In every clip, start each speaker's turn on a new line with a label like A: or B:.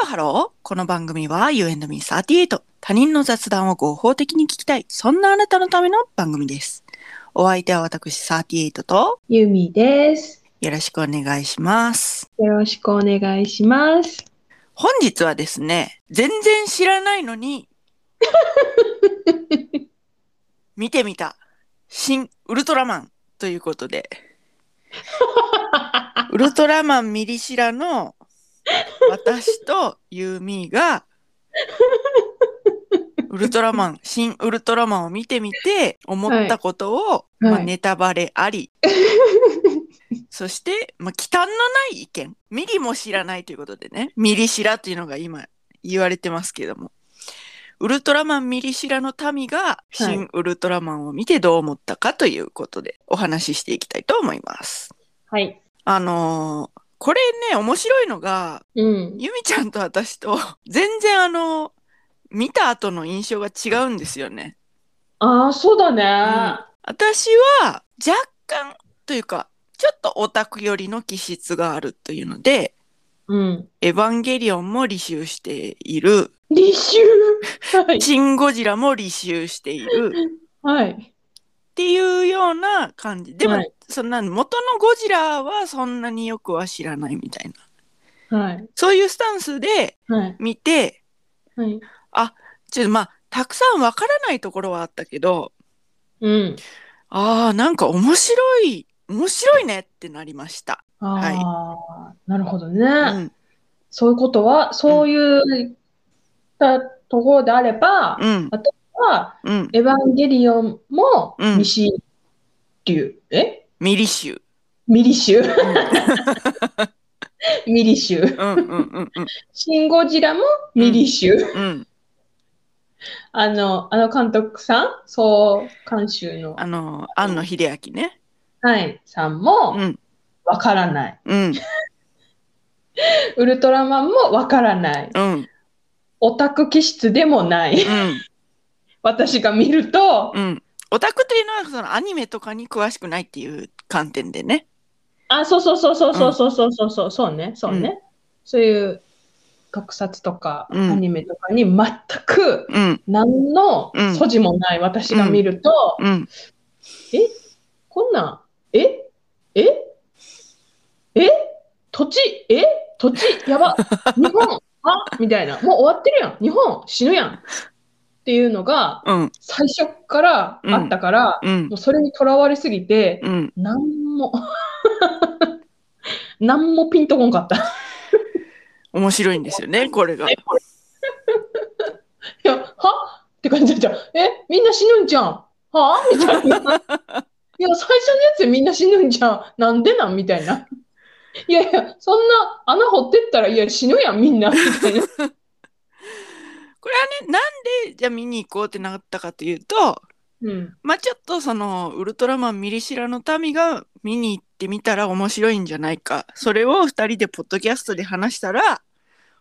A: ロハロー。この番組は You and me38。他人の雑談を合法的に聞きたい。そんなあなたのための番組です。お相手は私38と
B: ゆみです。
A: よろしくお願いします。
B: よろしくお願いします。
A: 本日はですね、全然知らないのに、見てみた。新ウルトラマンということで、ウルトラマンミリシラの私とユーミーが、ウルトラマン、新ウルトラマンを見てみて思ったことを、
B: いはい
A: まあ、ネタバレあり、そして、まあ、忌憚のない意見。ミリも知らないということでね。ミリ知らというのが今言われてますけども。ウルトラマンミリ知らの民が新ウルトラマンを見てどう思ったかということでお話ししていきたいと思います。
B: はい。
A: あのーこれね、面白いのが、
B: うん。
A: ゆみちゃんと私と全然あの、見た後の印象が違うんですよね。
B: ああ、そうだね。
A: 私は若干というか、ちょっとオタク寄りの気質があるというので、
B: うん。
A: エヴァンゲリオンも履修している。
B: 履修はい。
A: シン・ゴジラも履修している。っ
B: はい。
A: ていうような感じ。でも、
B: はい
A: そんな、元のゴジラはそんなによくは知らないみたいな。
B: はい。
A: そういうスタンスで
B: はい。
A: 見て、
B: はい。
A: ちょっとまあ、たくさんわからないところはあったけど、
B: うん。
A: ああ、なんか面白い、面白いねってなりました。
B: ああ、なるほどね。
A: うん。
B: そういうことは、そういうたところであれば、
A: うん。
B: は
A: うん。
B: エヴァンゲリオンも
A: うん
B: 未支流、え
A: ミリシュ。
B: 未履修
A: う
B: 未履修。
A: んうんうんうん。
B: シン・ゴジラも未履修。
A: うん。
B: あの、あの監督さん、総監修の、
A: あの、庵野秀明ね。
B: はい、さん
A: う
B: も
A: ん。
B: わからない。
A: うん。
B: ウルトラマンもわからない。
A: うん。
B: オタク気質でもない。
A: うん
B: 私が見ると、
A: うん。オタクというのはそのアニメとかに詳しくないっていう観点でね。
B: あ、そうそうそうそうそうそうそうそうそう、そうね、そうね。そういう特撮とかア
A: うん
B: ニメとかに全く
A: うん。
B: 何の
A: うん
B: 素地もない私が見ると、
A: うん。
B: こんなん、えええ土地、え土地、やば、日本、あみたいな、もう終わってるやん、日本、死ぬやん。っていうのが、
A: うん。
B: 最初からあったから、
A: うん
B: も。うそれにとらわれすぎて、
A: うん。
B: なんも、なんもピンとこんかった。
A: 面白いんですよね、これが。
B: いや、はって感じだった。えみんな死ぬんじゃん。はみたいな。いや、最初のやつみんな死ぬんじゃん。なんでなんみたいな。いやいや、そんな穴掘ってったら、いや、死ぬやん、みんな。みたいな。
A: これはね、なんでじゃあ見に行こうってなったかというと、
B: うん。
A: まあちょっとそのウルトラマンミリシラの民が見に行ってみたら面白いんじゃないか。それを二人でポッドキャストで話したら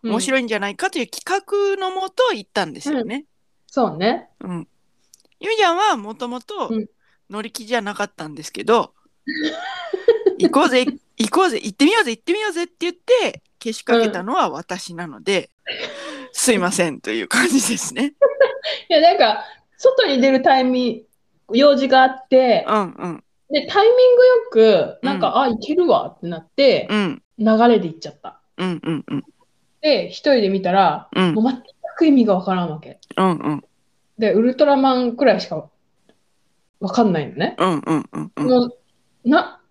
A: 面
B: い。
A: 白いんじゃないかという企画のもと行ったんですよね。
B: そうね。
A: うん。ゆみちゃんはもともと
B: うん
A: 乗り気じゃなかったんですけ ど、行こうぜ、行こうぜ、行ってみようぜ、行ってみようぜって言って、消しかけたのは私なの で、すいませんという感じですね。
B: いや、なんか、外に出るタイミング、用事があって、
A: うんうん。
B: で、タイミングよく、なんか、
A: う
B: あ、いけるわってなって、
A: うん
B: 流れで行っちゃった。
A: うんうんうん
B: で、一人で見たら、
A: うん
B: もう全く意味がわからんわけ。
A: うんうん
B: で、ウルトラマンくらいしかわかんないのね。
A: うんうんうんうん
B: もう、な、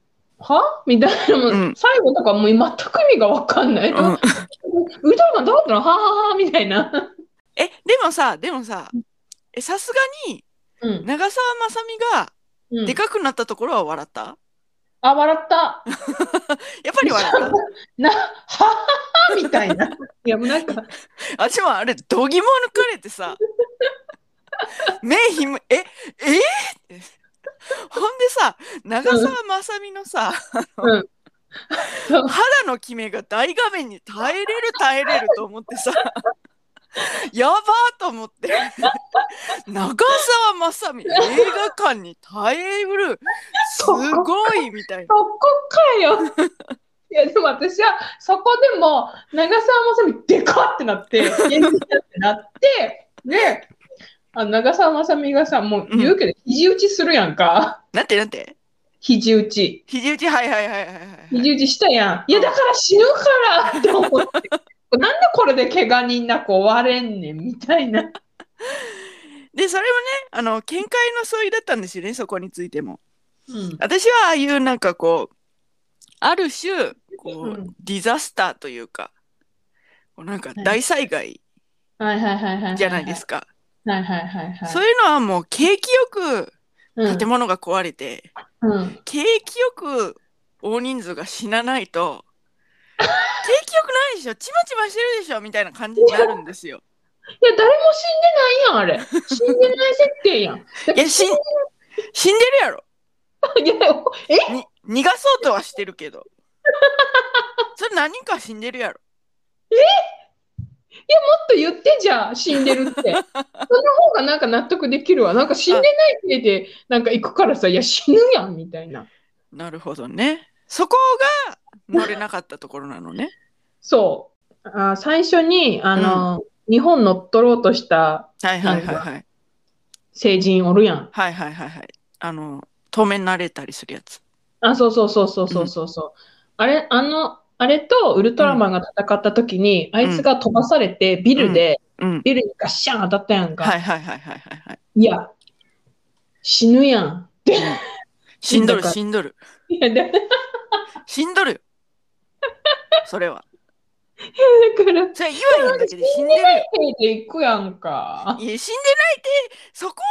B: はみたいな、もう
A: うん
B: 最後とかもう全く意味がわかんない。
A: うん
B: ウルトラマンどうだったのはあはあはあみたいな。
A: え、でもさ、でもさ、えさすがに
B: うん。
A: 長澤まさみが
B: うん
A: でかくなったところは笑った、
B: あ、笑った。
A: やっぱり笑った
B: な、はあはあみ たいな。いや、もうなんか、
A: あっちもあれ度肝を抜かれて さ目ひむええー、ってほんでさ長澤まさみのさ、あの
B: うんそう
A: 肌のキメが大画面に耐えれる耐えれると思ってさやばーと思って長澤まさみ映画館に耐えうるす
B: そこ
A: ごいみたいな
B: そこかよ。いやでも私はそこでも長澤まさみでかってなって芸人だってなってであの長澤まさみがさもう言うけど肘打ちするやんか
A: なんてなんて
B: 肘打ち
A: 肘打ちはいはいはいはいはい。
B: 肘打ちしたやんいやだから死ぬからって思ってなんでこれで怪我人な子割れんねんみたいな
A: で、それもね、あの、見解の相違だったんですよね、そこについても。
B: うん
A: 私はああいうなんかこう、ある種、こう、
B: うん
A: ディザスターというか、こうなんか
B: はい
A: 大災害
B: はいはいはいはい
A: じゃないですか。
B: はいはいはいはい
A: そういうのはもう景気よく
B: うん
A: 建物が壊れて、
B: うん
A: 景気よく大人数が死なないと 景気よくないでしょちまちましてるでしょみたいな感じになるんです よ。
B: いや、誰も死んでないや ん、あれ。死んでない設定やん。
A: いやしん死んでるやろ
B: いやえ
A: に逃がそうとはしてるけどそれ何人か死んでるやろ
B: もっと言ってじゃあ、死ん でるって。その方がなんか納得できるわ。なんか死んでない家で、なんか行くからさ、いや、死ぬやん、みたいな。
A: なるほどねそこが乗れなかったところなのね
B: そう。あ最初に、あの、日本乗っ取ろうとした
A: はいはいはいはい
B: 成人おるやん。
A: はいはいはいはいあの透明になれたりするやつ
B: あ、そうそうそうそうそうそうそう。あれ、あの、あれとウルトラマンが戦った時に、あいつが飛ばされて、ビルで、
A: うん
B: ビルにガッシャン当たったやんか。
A: はいはいはいはいはいはい
B: いや、死ぬやん。
A: 死んどる
B: 死んだから
A: 死んどる
B: いやだだか
A: 死んどるよそれは
B: ら、
A: それ言わへんだけで死んでるよ
B: 手で行くやんか。
A: いや死んでないってそこ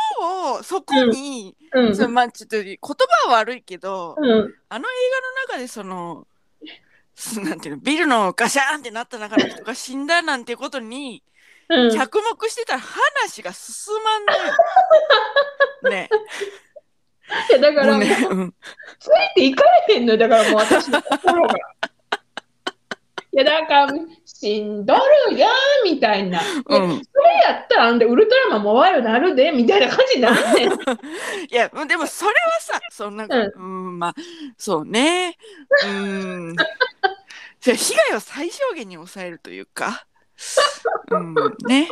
A: をそこに、
B: うん。う。
A: そうんまあちょっと言葉は悪いけど、あの映画の中でそのすなんていうのビルのガシャーンってなった中の人が死んだなんてことに
B: うん。
A: 着目してたら話が進まんのよ。 ね
B: いやだか
A: も
B: ら、
A: う
B: もう
A: ね、うん、
B: ついていかれへんのよ。だからもう私の 心が。いや、だから、しんどるやん、みたいな。いうや、それ
A: ん、
B: やったら、あんで、ウルトラマンも悪くなるで、みたいな感じになるねん。
A: いやでもそれはさそんな
B: うん
A: うんまあそうねうんそれ被害を最小限に抑えるというかうんね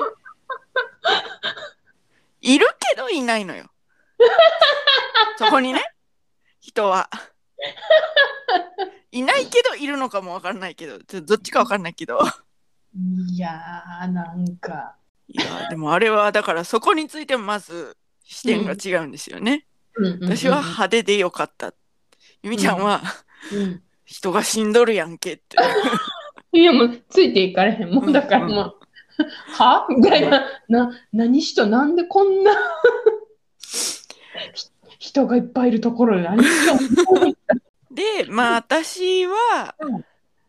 A: いるけどいないのよそこにね人 はいないけどいるのかもわかんないけどちょどっちかわかんないけど
B: いやー、なんか。
A: いやでもあれはだからそこについてもまず視点が違うんですよね、私は派手でよかった。ゆみちゃんは、
B: うん、うん
A: 人が死んどるやんけって。
B: いやもうついていかれへんもんだからもう、
A: うん
B: はみたいなな何しとなんでこんな ひ人がいっぱいいるところで何しとん
A: で、まあ私は
B: うん、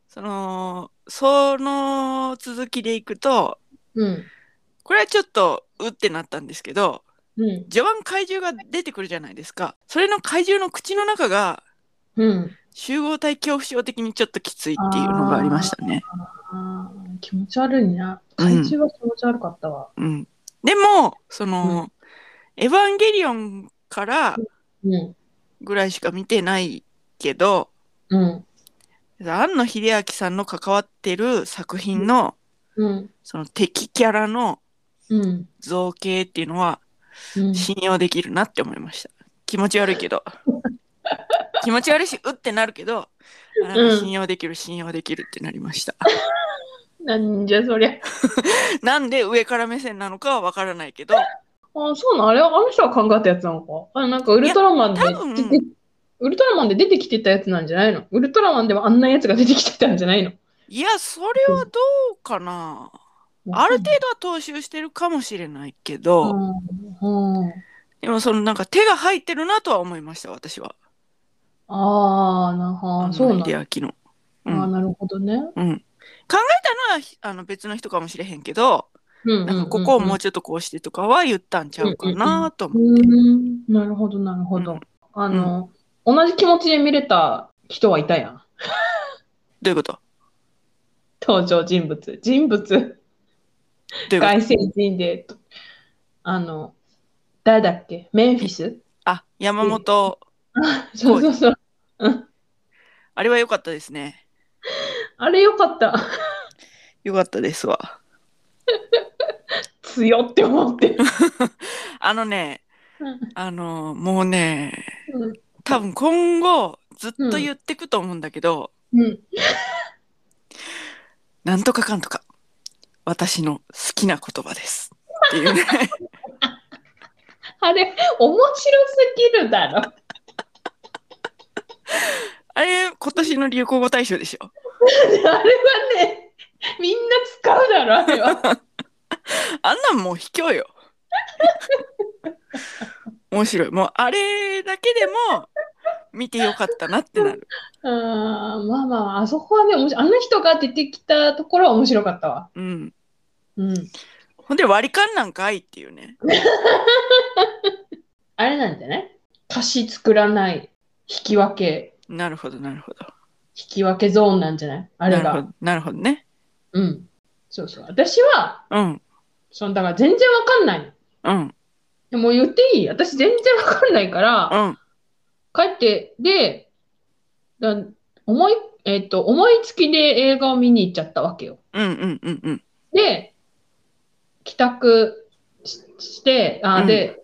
A: その、その続きでいくと、
B: うん
A: これはちょっと、うってなったんですけど、
B: うん
A: 序盤怪獣が出てくるじゃないですか。それの怪獣の口の中が、
B: うん
A: 集合体恐怖症的にちょっときついっていうのがありましたね。
B: あー気持ち悪いな
A: うん
B: 体重は気持ち悪かったわ
A: うん。でも、その、エヴァンゲリオンから
B: うん
A: ぐらいしか見てないけど、
B: うん
A: 庵野秀明さんの関わってる作品の、
B: うん
A: その敵キャラの
B: うん
A: 造形っていうのは
B: うん
A: 信用できるなって思いました。気持ち悪い けど。気持ち悪いし、うってなるけど、あなんか信用できる、信用できるってなりました。
B: なんじゃそりゃ
A: なんで上から目線なのかはわからないけど、
B: あそうなんあれあの人が考えたやつなのかあなんかウルトラマンで
A: いや多分
B: 出てウルトラマンで出てきてたやつなんじゃないのウルトラマンでもあんなやつが出てきてたんじゃないの
A: いや、それはどうかな。ある程度は踏襲してるかもしれないけど、
B: うんうん
A: でもそのなんか手が入ってるなとは思いました、私は。
B: ああ、なるほど。そうなん
A: 庵野秀明の。う
B: あ
A: ん
B: あ、なるほどね。
A: うん、考えたのはひあの別の人かもしれへんけど、
B: うん
A: なんかここをもう
B: ち
A: ちょっとこうしてとかは言ったんちゃうかなと思
B: う
A: う。
B: ん、なるほど、なるほど。
A: うん
B: あの、同じ気持ちで見れた人はいたやん。
A: どういうこと
B: 登場人物。人物、
A: どういうこと
B: 外星人で、とあの、誰だっけメンフィス
A: あ山本、
B: そうそうそう。
A: あれは良かったですね。
B: あれよかった。
A: よかったですわ。
B: 強って思って。
A: あのね、
B: うん
A: あの、もうね、
B: うん
A: 多分今後ずっと言ってくと思うんだけど、
B: うん。
A: なんとかかんとか、私の好きな言葉です。っていうね。
B: あれ、面白すぎるだろ。
A: あれ、今年の流行語大賞でしょ。
B: あれはね、みんな使うだろ、あれは。
A: あんなんもう卑 怯よ。面白い。もうあれだけでも見てよかったなってなる。
B: あーまあまあ、あそこはね、面白いあの人が出てきたところは面白かったわ。
A: うん。
B: うん。
A: ほんで割り勘なんかいっていうね。
B: あれなんじゃない貸し作らない引き分け、
A: なるほど、なるほど。
B: 引き分けゾーンなんじゃないあ
A: な
B: れ
A: るほ
B: が。
A: ど、なるほどね。
B: うん。そうそう。私は、
A: うん、
B: そのだから全然わかんない。
A: うん、
B: でもう言っていい私全然わかんないから
A: う、ん、
B: 帰って、で、だ思い、えっ、と、思いつきで映画を見に行っちゃったわけよ。
A: うん、うん、うん、うん。
B: で、帰宅しして、あ
A: うん
B: で、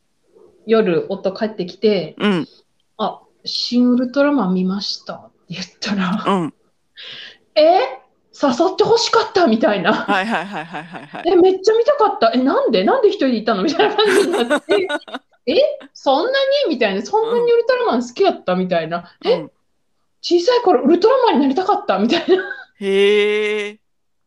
B: 夜、夫帰ってきて、
A: うん、
B: あ、新ウルトラマン見ましたって言ったら、
A: うん。
B: え誘って欲しかったみたいな。
A: はいはいはいはいはいはい。
B: え、めっちゃ見たかった。え、なんでなんで一人でいたのみたいな感じにな って。え、そんなにみたいな。そんなにウルトラマン好きやったみたいな。
A: う
B: え、
A: ん、
B: 小さい頃ウルトラマンになりたかったみたいな
A: へえ。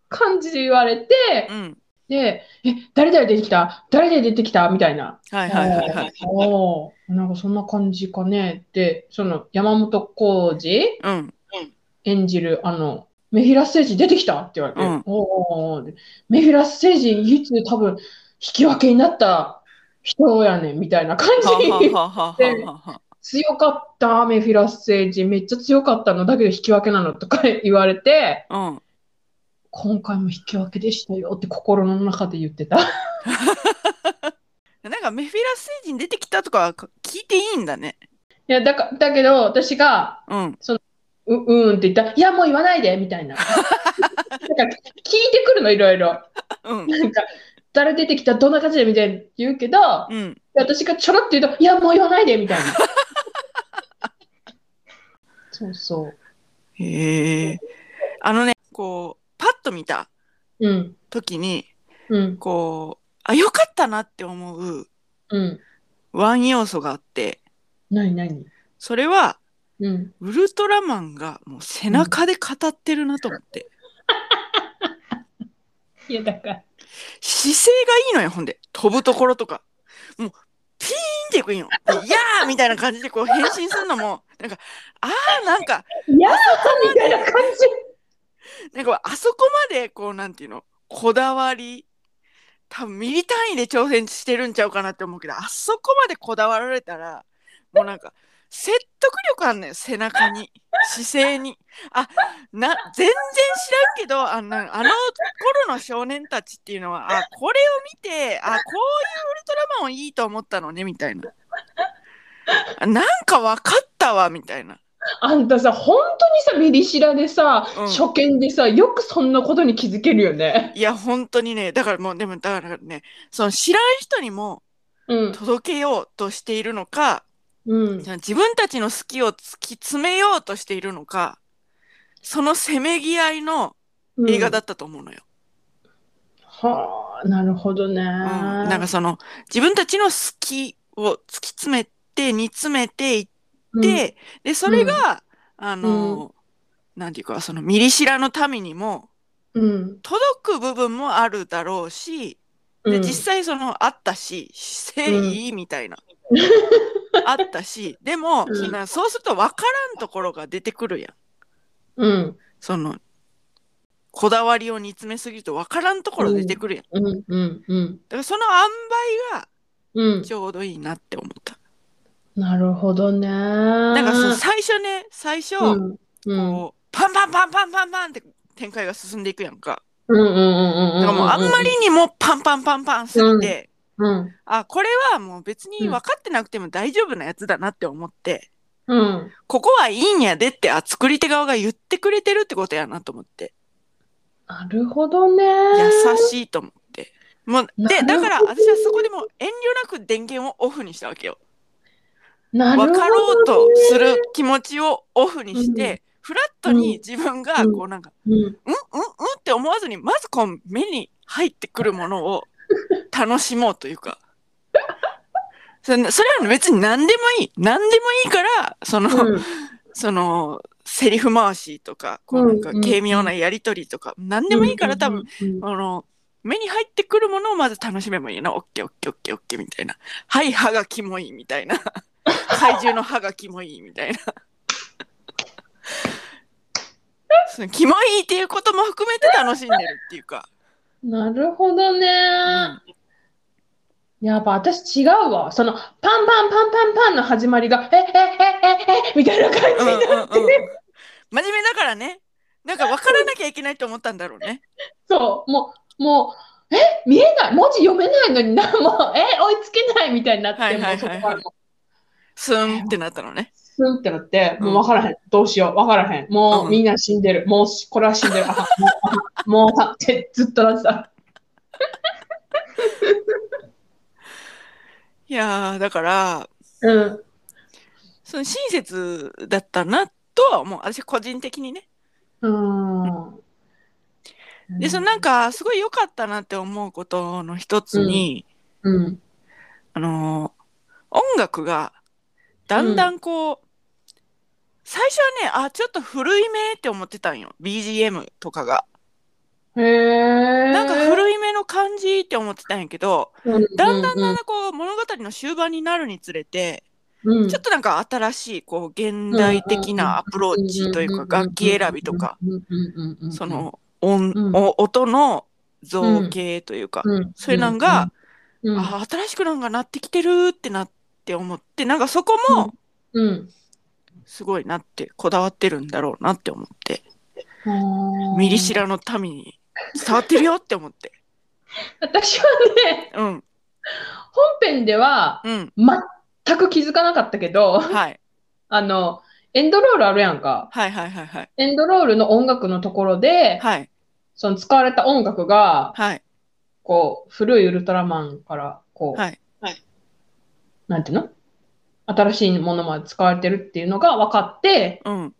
B: 感じで言われて、
A: うん。
B: で、え、誰々出てきた誰々出てきたみたいな。
A: はいはいはいはい。
B: おーなんかそんな感じかねって、その山本浩二
A: うん、
B: 演じる、あの、メフィラス星人出てきたって言われて、
A: うん
B: おーでメフィラス星人唯一多分引き分けになった人やねんみたいな感
A: は
B: じ
A: あは
B: に。
A: あはあはあはあはあ
B: 強かった、メフィラス星人。めっちゃ強かったの。だけど引き分けなのとか言われて、
A: うん。
B: 今回も引き分けでしたよって心の中で言ってた。
A: なんかメフィラス星人出てきたとかは聞いていいんだね。
B: いやだかだけど私が
A: うん。
B: ううーんって言ったら「いやもう言わないで」み たいななんか聞いてくるのいろいろ
A: うん。
B: なんか誰出てきたどんな感じでみたいな言うけど
A: うん。
B: 私がちょろっと言うと「いやもう言わないで」みたいな そうそ
A: へえ。あのね、こう、パッと見た
B: ううん
A: 時に、
B: うん
A: こう、あ、よかったなって思う
B: うん
A: ワン要素があって、
B: 何何
A: それは、
B: うん
A: ウルトラマンがもう背中で語ってるなと思って。
B: いやだから
A: 姿勢がいいのよ、ほんで。飛ぶところとか。もう、ピーンっていくんよ。でいやーみたいな感じでこう変身するのも、なんか、あーなんか、
B: 「いやー」みたいな感じ
A: なんかあそこまでこうなんていうのこだわり多分ミリ単位で挑戦してるんちゃうかなって思うけどあそこまでこだわられたらもうなんか説得力あんのよ背中に姿勢にあな全然知らんけどあのあの頃の少年たちっていうのはあこれを見てあこういうウルトラマンをいいと思ったのねみたいなあなんか分かったわみたいな、
B: あんたさ本当にさミリシラでさ、
A: うん
B: 初見でさよくそんなことに気づけるよね
A: いや本当にねだからもうでもだからねその知らん人にも
B: うん
A: 届けようとしているのか
B: うん
A: その自分たちの好きを突き詰めようとしているのかそのせめぎ合いの映画だったと思うのよ。
B: はあ、なるほどね。
A: うんなんかその自分たちの好きを突き詰めて煮詰めていって、でそれが、あの、なんていうかそのミリ知らの民にも
B: うん、
A: 届く部分もあるだろうし、
B: うん、
A: で実際そのあったし姿勢いいみたいな、あったしでも、
B: うん
A: なそうすると分からんところが出てくるやん
B: うん、
A: そのこだわりを煮詰めすぎると分からんところ出てくるやん、
B: うん、うん、うん、
A: だからその塩梅
B: うん
A: が、ちょうどいいなって思った、
B: なるほどね。な
A: なんかその最初ね最初、こ
B: うん、う、
A: うんパンパンパンパンパンパンって展開が進んでいくやんか
B: うん、うん、うん、う
A: だ
B: ん、
A: からもうあんまりにもパンパンパンパンすぎて、
B: うん、
A: あこれはもう別に分かってなくても大丈夫なやつだなって思って、
B: うん。
A: ここはいいんやでって、あ、作り手側が言ってくれてるってことやなと思って。
B: なるほどね。
A: 優しいと思って。もうで、
B: なる
A: だ
B: ほ
A: か
B: ど
A: ら私はそこでも遠慮なく電源をオフにしたわけよ。
B: なるほ
A: 分
B: どね
A: かろうとする気持ちをオフにして、フラットに自分が
B: うん
A: こうなんか、
B: うん
A: うん、うん、うんって思わずに、まずこう目に入ってくるものを楽しもうという か。それそれは別に何でもいい。何でもいいから、その、
B: うん
A: そのセリフ回しとかこうなんか
B: うんうん
A: 軽妙なやり取りとか、何でもいいから多分、。
B: うん
A: あの目に入ってくるものをまず楽しめばいいなオッケーオッケーオッケーオッケーみたいなはい歯がキモいみたい な怪獣の歯がキモいみたいなそのキモいっていうことも含めて楽しんでるっていうか、
B: なるほどね。
A: うん
B: やっぱ私違うわ。そのパンパンパンパンパンの始まりが、えええええみたいな感
A: う
B: じ
A: んうんうん
B: になって、
A: 真面目だからねなんか分からなきゃいけないと思ったんだろうね
B: そう、もう、もう、え見えない、文字読めないのにな、もう、え追いつけないみたいになって、
A: はいはい
B: もうそ
A: はいはい
B: こからもう
A: スーンってなったのね
B: スンってなって、
A: うん
B: もう分からへん、どうしよう、分からへん、もう、
A: うん
B: みんな死んでる、もうしこれは死んでる、 あはもうあは、もうあはってずっとなってた。
A: いやーだから
B: うん、
A: その親切だったなとは思う私個人的にね。
B: うん。
A: でそのなんかすごい良かったなって思うことの一つに、
B: うん、
A: あのー音楽がだんだんこう、最初はねあちょっと古いめって思ってたんよ BGM とかが。
B: へえ。
A: なんか古いめの感じって思ってたんやけどだんだんだんだんこう物語の終盤になるにつれて
B: うんうん
A: ちょっとなんか新しいこう現代的なアプローチというか楽器選びとか。
B: うんうんうんうん
A: そ、の音,、
B: うん
A: お音の造形というか、
B: うん
A: そういうのが、
B: うんうん
A: あ新しくなんかなってきてるってなって思ってなんかそこも
B: うん
A: すごいなってこだわってるんだろうなって思って、
B: うん
A: ミリシラの民に伝わってるよって思って
B: 私はね、
A: うん
B: 本編では
A: うん
B: 全く気づかなかったけど、
A: はい
B: あの、エンドロールあるやんか。
A: はいはいはいはい
B: エンドロールの音楽のところで、
A: はい
B: その使われた音楽が、
A: はい
B: こう、古いウルトラマンから、こう、
A: はい
B: なんていうの新しいものまで使われてるっていうのが分かって、
A: うん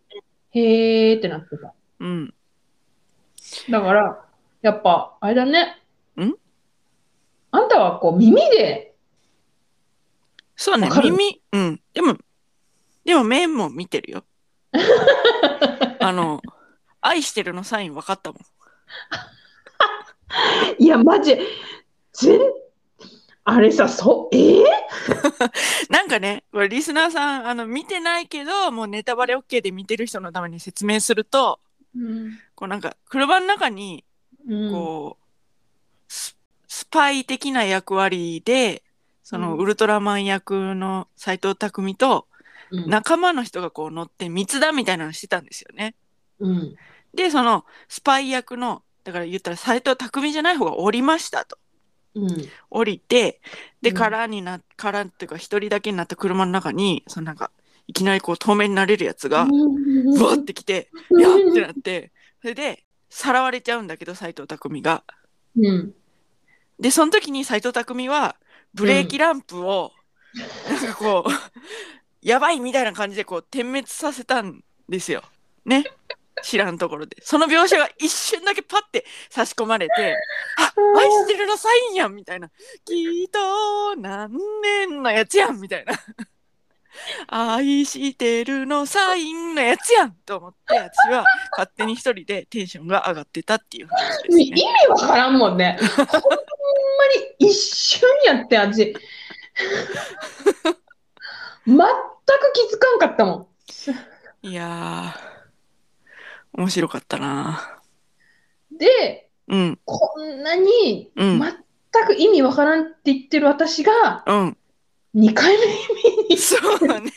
B: へーってなってた。
A: うん
B: だから、やっぱ、あれだね。
A: ん
B: あんたはこう、耳で、
A: そうね
B: わかる
A: 耳うんでもでも目も見てる よあの「愛してる」のサイン分かったもん
B: いや、マジ、全、あれさ、そう、えー、
A: なんかね、これリスナーさん、あの、見てないけど、もうネタバレ OK で見てる人のために説明すると、
B: うん、
A: こうなんか、車の中に、こう、ススパイ的な役割で、その
B: うん
A: ウルトラマン役の斎藤匠と
B: うん、
A: 仲間の人がこう乗って密談みたいなのしてたんですよね。
B: うん、
A: で、そのスパイ役の、だから言ったら斎藤匠じゃない方が降りましたと。
B: うん、
A: 降りてで
B: うん
A: 空にな空っていうか一人だけになった車の中にそのなんかいきなりこう透明になれるやつが
B: うん
A: ブワってきて「やっ!」ってなってそれでさらわれちゃうんだけど斎藤匠が。
B: うん、
A: でその時に斎藤匠はブレーキランプをなんかこう、 やばいみたいな感じでこう点滅させたんですよ。ね知らんところでその描写が一瞬だけパッて差し込まれて「あ愛してるのサインやん」みたいな「きっと何年のやつやん」みたいな「愛してるのサインのやつやん」と思って私は勝手に一人でテンションが上がってたっていう話です
B: 意
A: ね。
B: 味わからんもんね。ほんまに一瞬やって、味。全く気づかんかったもん。
A: いやー、面白かったな。
B: で、
A: うん、
B: こんなに
A: うん
B: 全く意味わからんって言ってる私が、
A: うん。
B: 2回目
A: そうだね。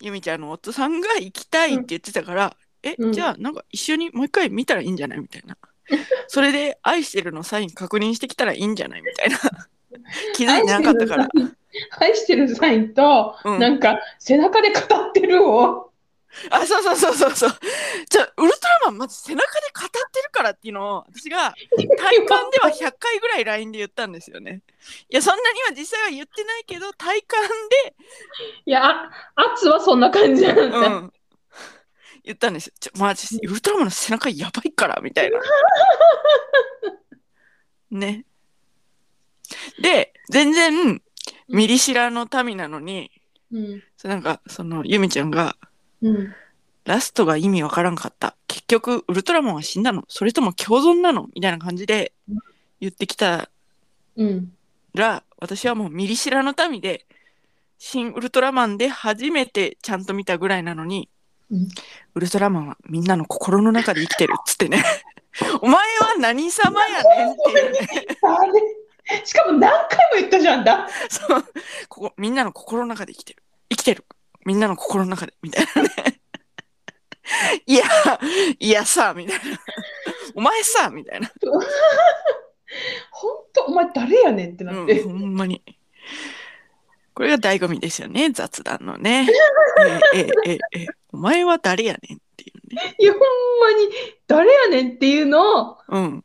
A: ゆみちゃんの夫さんが行きたいって言ってたから、え、
B: うん
A: じゃあなんか一緒にもう一回見たらいいんじゃないみたい な。それ で、愛してるのサイン確認してきたらいいんじゃないみたいな。気づいてなかったから。
B: 愛してるサインと、
A: うん
B: なんか背中で語ってるを
A: あ、そうそうそうそうそう。じゃあ、ウルトラマン、まず背中で語ってるからっていうのを、私が体感では100回ぐらい LINE で言ったんですよね。いや、そんなには実際は言ってないけど、体感
B: いやあ圧はそんな感じなん
A: で、
B: だ、
A: うん、言ったんですよ。ちょ、マジ、ウルトラマンの背中やばいから、みたいな。ね。で、全然、ミリシラの民なのに、
B: うん
A: そうなんか、その、ユミちゃんが、
B: うん
A: ラストが意味わからんかった。結局、ウルトラマンは死んだのそれとも共存なのみたいな感じで言ってきた
B: うん
A: ら、私はもうミリシラの民で、新ウルトラマンで初めてちゃんと見たぐらいなのに、
B: うん
A: ウルトラマンはみんなの心の中で生きてるっつってね。 お前は何様やねんって いうね。
B: あれしかも何回も言ったじゃんだ
A: そうここみんなの心の中で生きてる生きてるみんなの心の中でみたい なねいやいやさみたいなお前さみたいな、
B: ほんとお前誰やねんってな
A: う
B: っ
A: ん
B: て、、
A: ほんまにこれが醍醐味ですよね雑談のねええええええお前は誰やねんっていうね
B: いやほんまに誰やねんっていうのを
A: うん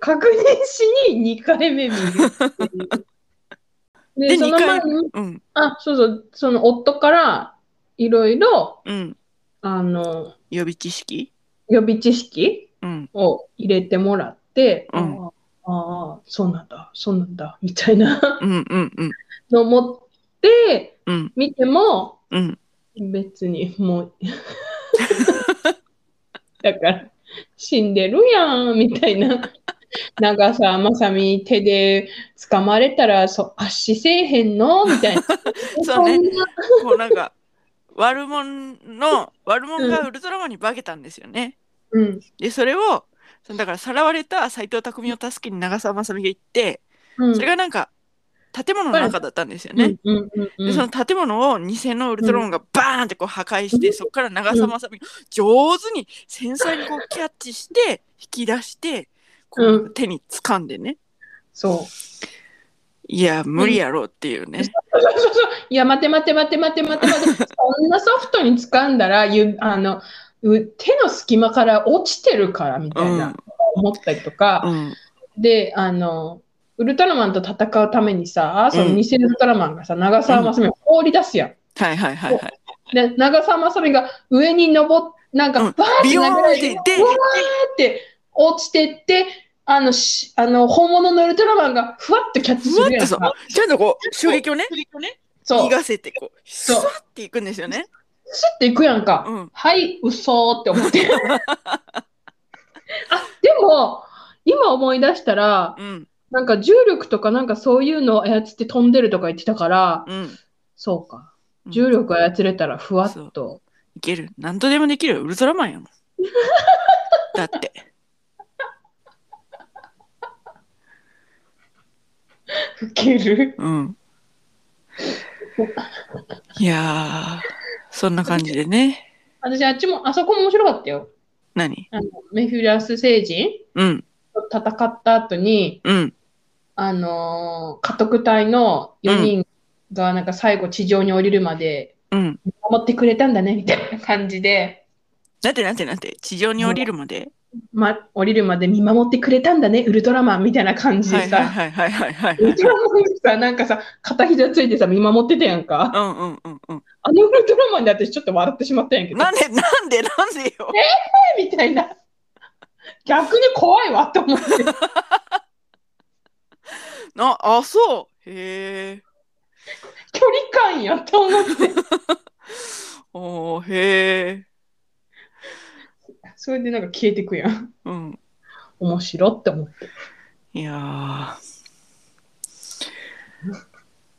B: 確認しに2回目見るっていうで
A: で
B: その前に
A: うん
B: あそうそうその夫からいろいろ
A: うん
B: あの
A: 予備知識
B: 予備知識
A: うん
B: を入れてもらって、
A: うん
B: あーあーそうなんだそうなんだみたいな
A: うんうんうん
B: のを持って
A: うん
B: 見ても
A: うん
B: 別にもう だから死んでるやんみたいな長澤まさみ手で掴まれたらそ足せえへんのみたいな
A: そうね
B: んな
A: こうなんか悪者の悪者がウルトラマンに化けたんですよね、
B: うん
A: でそれをそのだからさらわれた斎藤匠を助けに長澤まさみが行って
B: うん
A: それがなんか建物の中だったんですよね。
B: うんうんうん
A: でその建物を偽のウルトラマンがバーンってこう破壊して、そこから長澤まさみが上手に繊細にこうキャッチして引き出してこ
B: う
A: う手に掴んでね
B: そう
A: いや無理やろうっていうね、
B: そうそうそう。いや、待て待て待て待て待て待て。そんなソフトに掴んだら、ゆあのう手の隙間から落ちてるからみたい
A: うん
B: な思ったりと
A: う
B: か、
A: ん
B: で、あの、ウルトラマンと戦うためにさ、その
A: うん
B: 偽ウルトラマンがさ、長澤まさみを放り出すやん。
A: はいはいはいはい
B: で、長澤まさみが上に登っなんか、
A: う
B: バ
A: ん
B: ーって
A: ビヨーン
B: 流れて、
A: っ
B: わ
A: て
B: ーって落ちてって、あの、しあの本物のウルトラマンがふわっとキャッチ
A: ふ
B: す
A: わっ
B: るや
A: て
B: ん
A: そう
B: か。
A: ちゃんとこう衝撃をね
B: そう
A: 逃。がせてこうス
B: そう
A: ワッていくんですよね。
B: スッていくやんか。
A: うん
B: はい、嘘って思 って。あ、でも、今思い出したら、
A: うん
B: なんか重力とかなんかそういうのを操って飛んでるとか言ってたから、
A: うん
B: そうか。
A: うん
B: 重力操れたらふわっと。
A: いける。何とでもできるよ。ウルトラマンや もん。だって。
B: 吹ける。
A: うん。いやー、そんな感じでね。
B: 私、あっちも、あそこも面白かったよ。
A: 何
B: あのメフィラス星人
A: うん、
B: と戦った後に、
A: うん、
B: あのー家督隊の4人がなんか最後地上に降りるまで
A: うん。
B: 守ってくれたんだね、みたいな感じで。
A: なんてなんてなんて、地上に降りるまで。
B: ま、降りるまで見守ってくれたんだね、ウルトラマンみたいな感じ
A: は
B: で
A: いはい
B: さ、
A: はいはいはいはい。
B: ウルトラマンがさ、なんかさ、片膝ついてさ、見守ってたやんか。
A: うんうんうんう
B: あのウルトラマンで私ちょっと笑ってしまったんやけ
A: ん。
B: ど、
A: なんでなんでなんでよ。
B: みたいな。逆に怖いわって思って。
A: なあ、そう。へえ。
B: 距離感やって思って。
A: おー、へえ。
B: それでなんか消えてくやん。
A: うん。
B: 面白って思って。
A: いやー。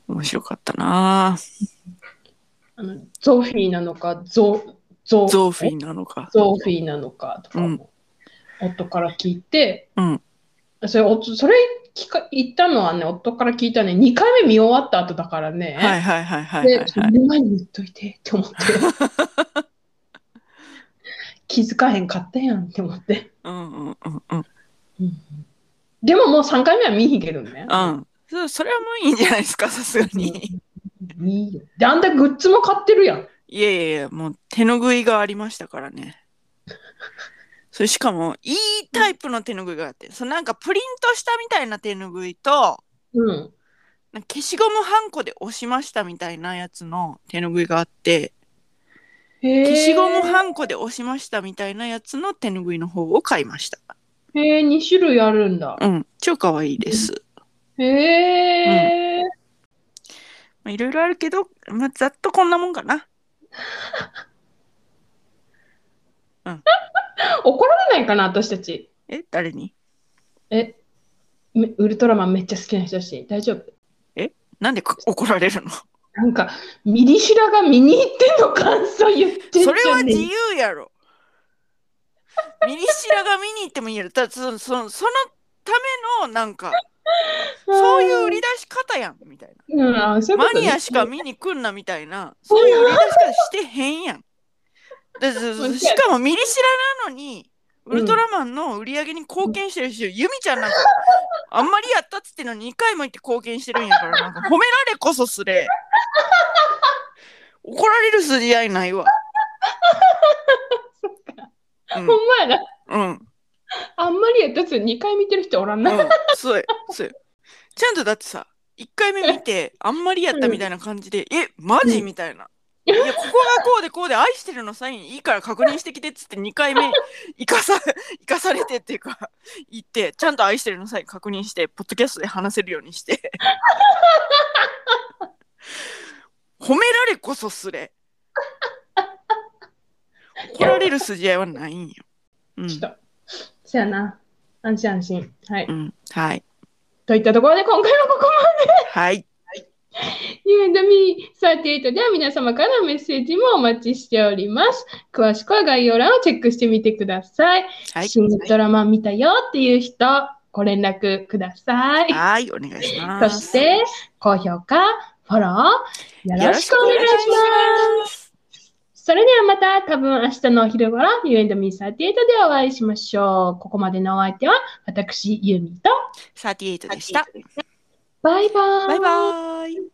A: 面白かったな
B: あのゾフィーなのか、ゾ、ゾ、
A: ゾーフィーなのか。
B: ゾフィーなのかとかも、夫から聞いて、
A: うん
B: それ夫それ聞か言ったのはね夫から聞いたね2回目見終わった後だからね、
A: はいはいはいはいはい
B: で
A: はい、
B: ちょっと目の前に言っといてって思って 気づかへんかったやんって思って、
A: うんうんうんうん
B: うんでももう3回目は見ひんけどね
A: うんそそれはもういいんじゃないですかさすがに
B: うんいいよ。で、あんたグッズも買ってるやん。
A: いやいやいや、もう手拭いがありましたからね。それしかも、いいタイプの手拭いがあって、そのなんかプリントしたみたいな手拭いと、
B: うん。
A: なんか消しゴムはんこで押しましたみたいなやつの手拭いがあって、
B: へ
A: 消しゴム
B: は
A: はんこで押しましたみたいなやつの手拭いの方を買いました。
B: へえ、2種類あるんだ。
A: うん、超可愛いです。
B: へえ、
A: まあいろいろあるけど、まあ、ざっとこんなもんかな。
B: 怒られないかな、私たち。
A: え、誰に
B: え、めウルトラマンめっちゃ好きな人たち。大丈夫
A: なんでこ怒られるの
B: なんか、ミリシラが見に行ってんの感想言ってんじ
A: そ
B: ゃね
A: れは自由やろ。ミニシラが見に行ってもいいやろ。ただそのそのそのためのなんか、そういう売り出し方やんみたいな。
B: うんあそういうこ
A: マ
B: とね
A: ニアしか見に来んなみたいな、そういう売り出し方してへんやん。だず ずしかもミリシラなのに、ウルトラマンの売り上げに貢献してるし、ユミちゃんなんか、あんまりやったっつってんのに2回も行って貢献してるんやから、なんか褒められこそす れ。怒られる筋合いないわ。
B: そっか
A: うん
B: ほ、んまやな。
A: うん、うん、
B: あんまりやったつ2回見てる人おらんな。
A: そうや、そうや。ちゃんとだってさ、1回目見て、あんまりやったみたいな感じで、え、マジみたいな。いや、ここがこうでこうで愛してるのサインいいから確認してきてっつって2回目生かさ、 生かされてっていうか、行って、ちゃんと愛してるのサイン確認して、ポッドキャストで話せるようにして。 褒められこそすれ。怒られる筋合いはないんよ。うん
B: ちょっと。そやな。安心安心。はい。
A: うん。はい。
B: といったところで今回はここま
A: はい。
B: で You and me38 では皆様からのメッセージもお待ちしております。詳しくは概要欄をチェックしてみてください。
A: はい。
B: シン・ウルトラマン見たよっていう人、ご連絡ください。
A: はい、お願いしま
B: そ
A: す。
B: して、高評価、フォロー、よろしくお願いします。
A: す。
B: それではまた、多分明日のお昼頃、You and me38 でお会いしましょう。ここまでのお相手は、私、ユーミンと、
A: 38でした。
B: バイバーイ。
A: バイバーイ。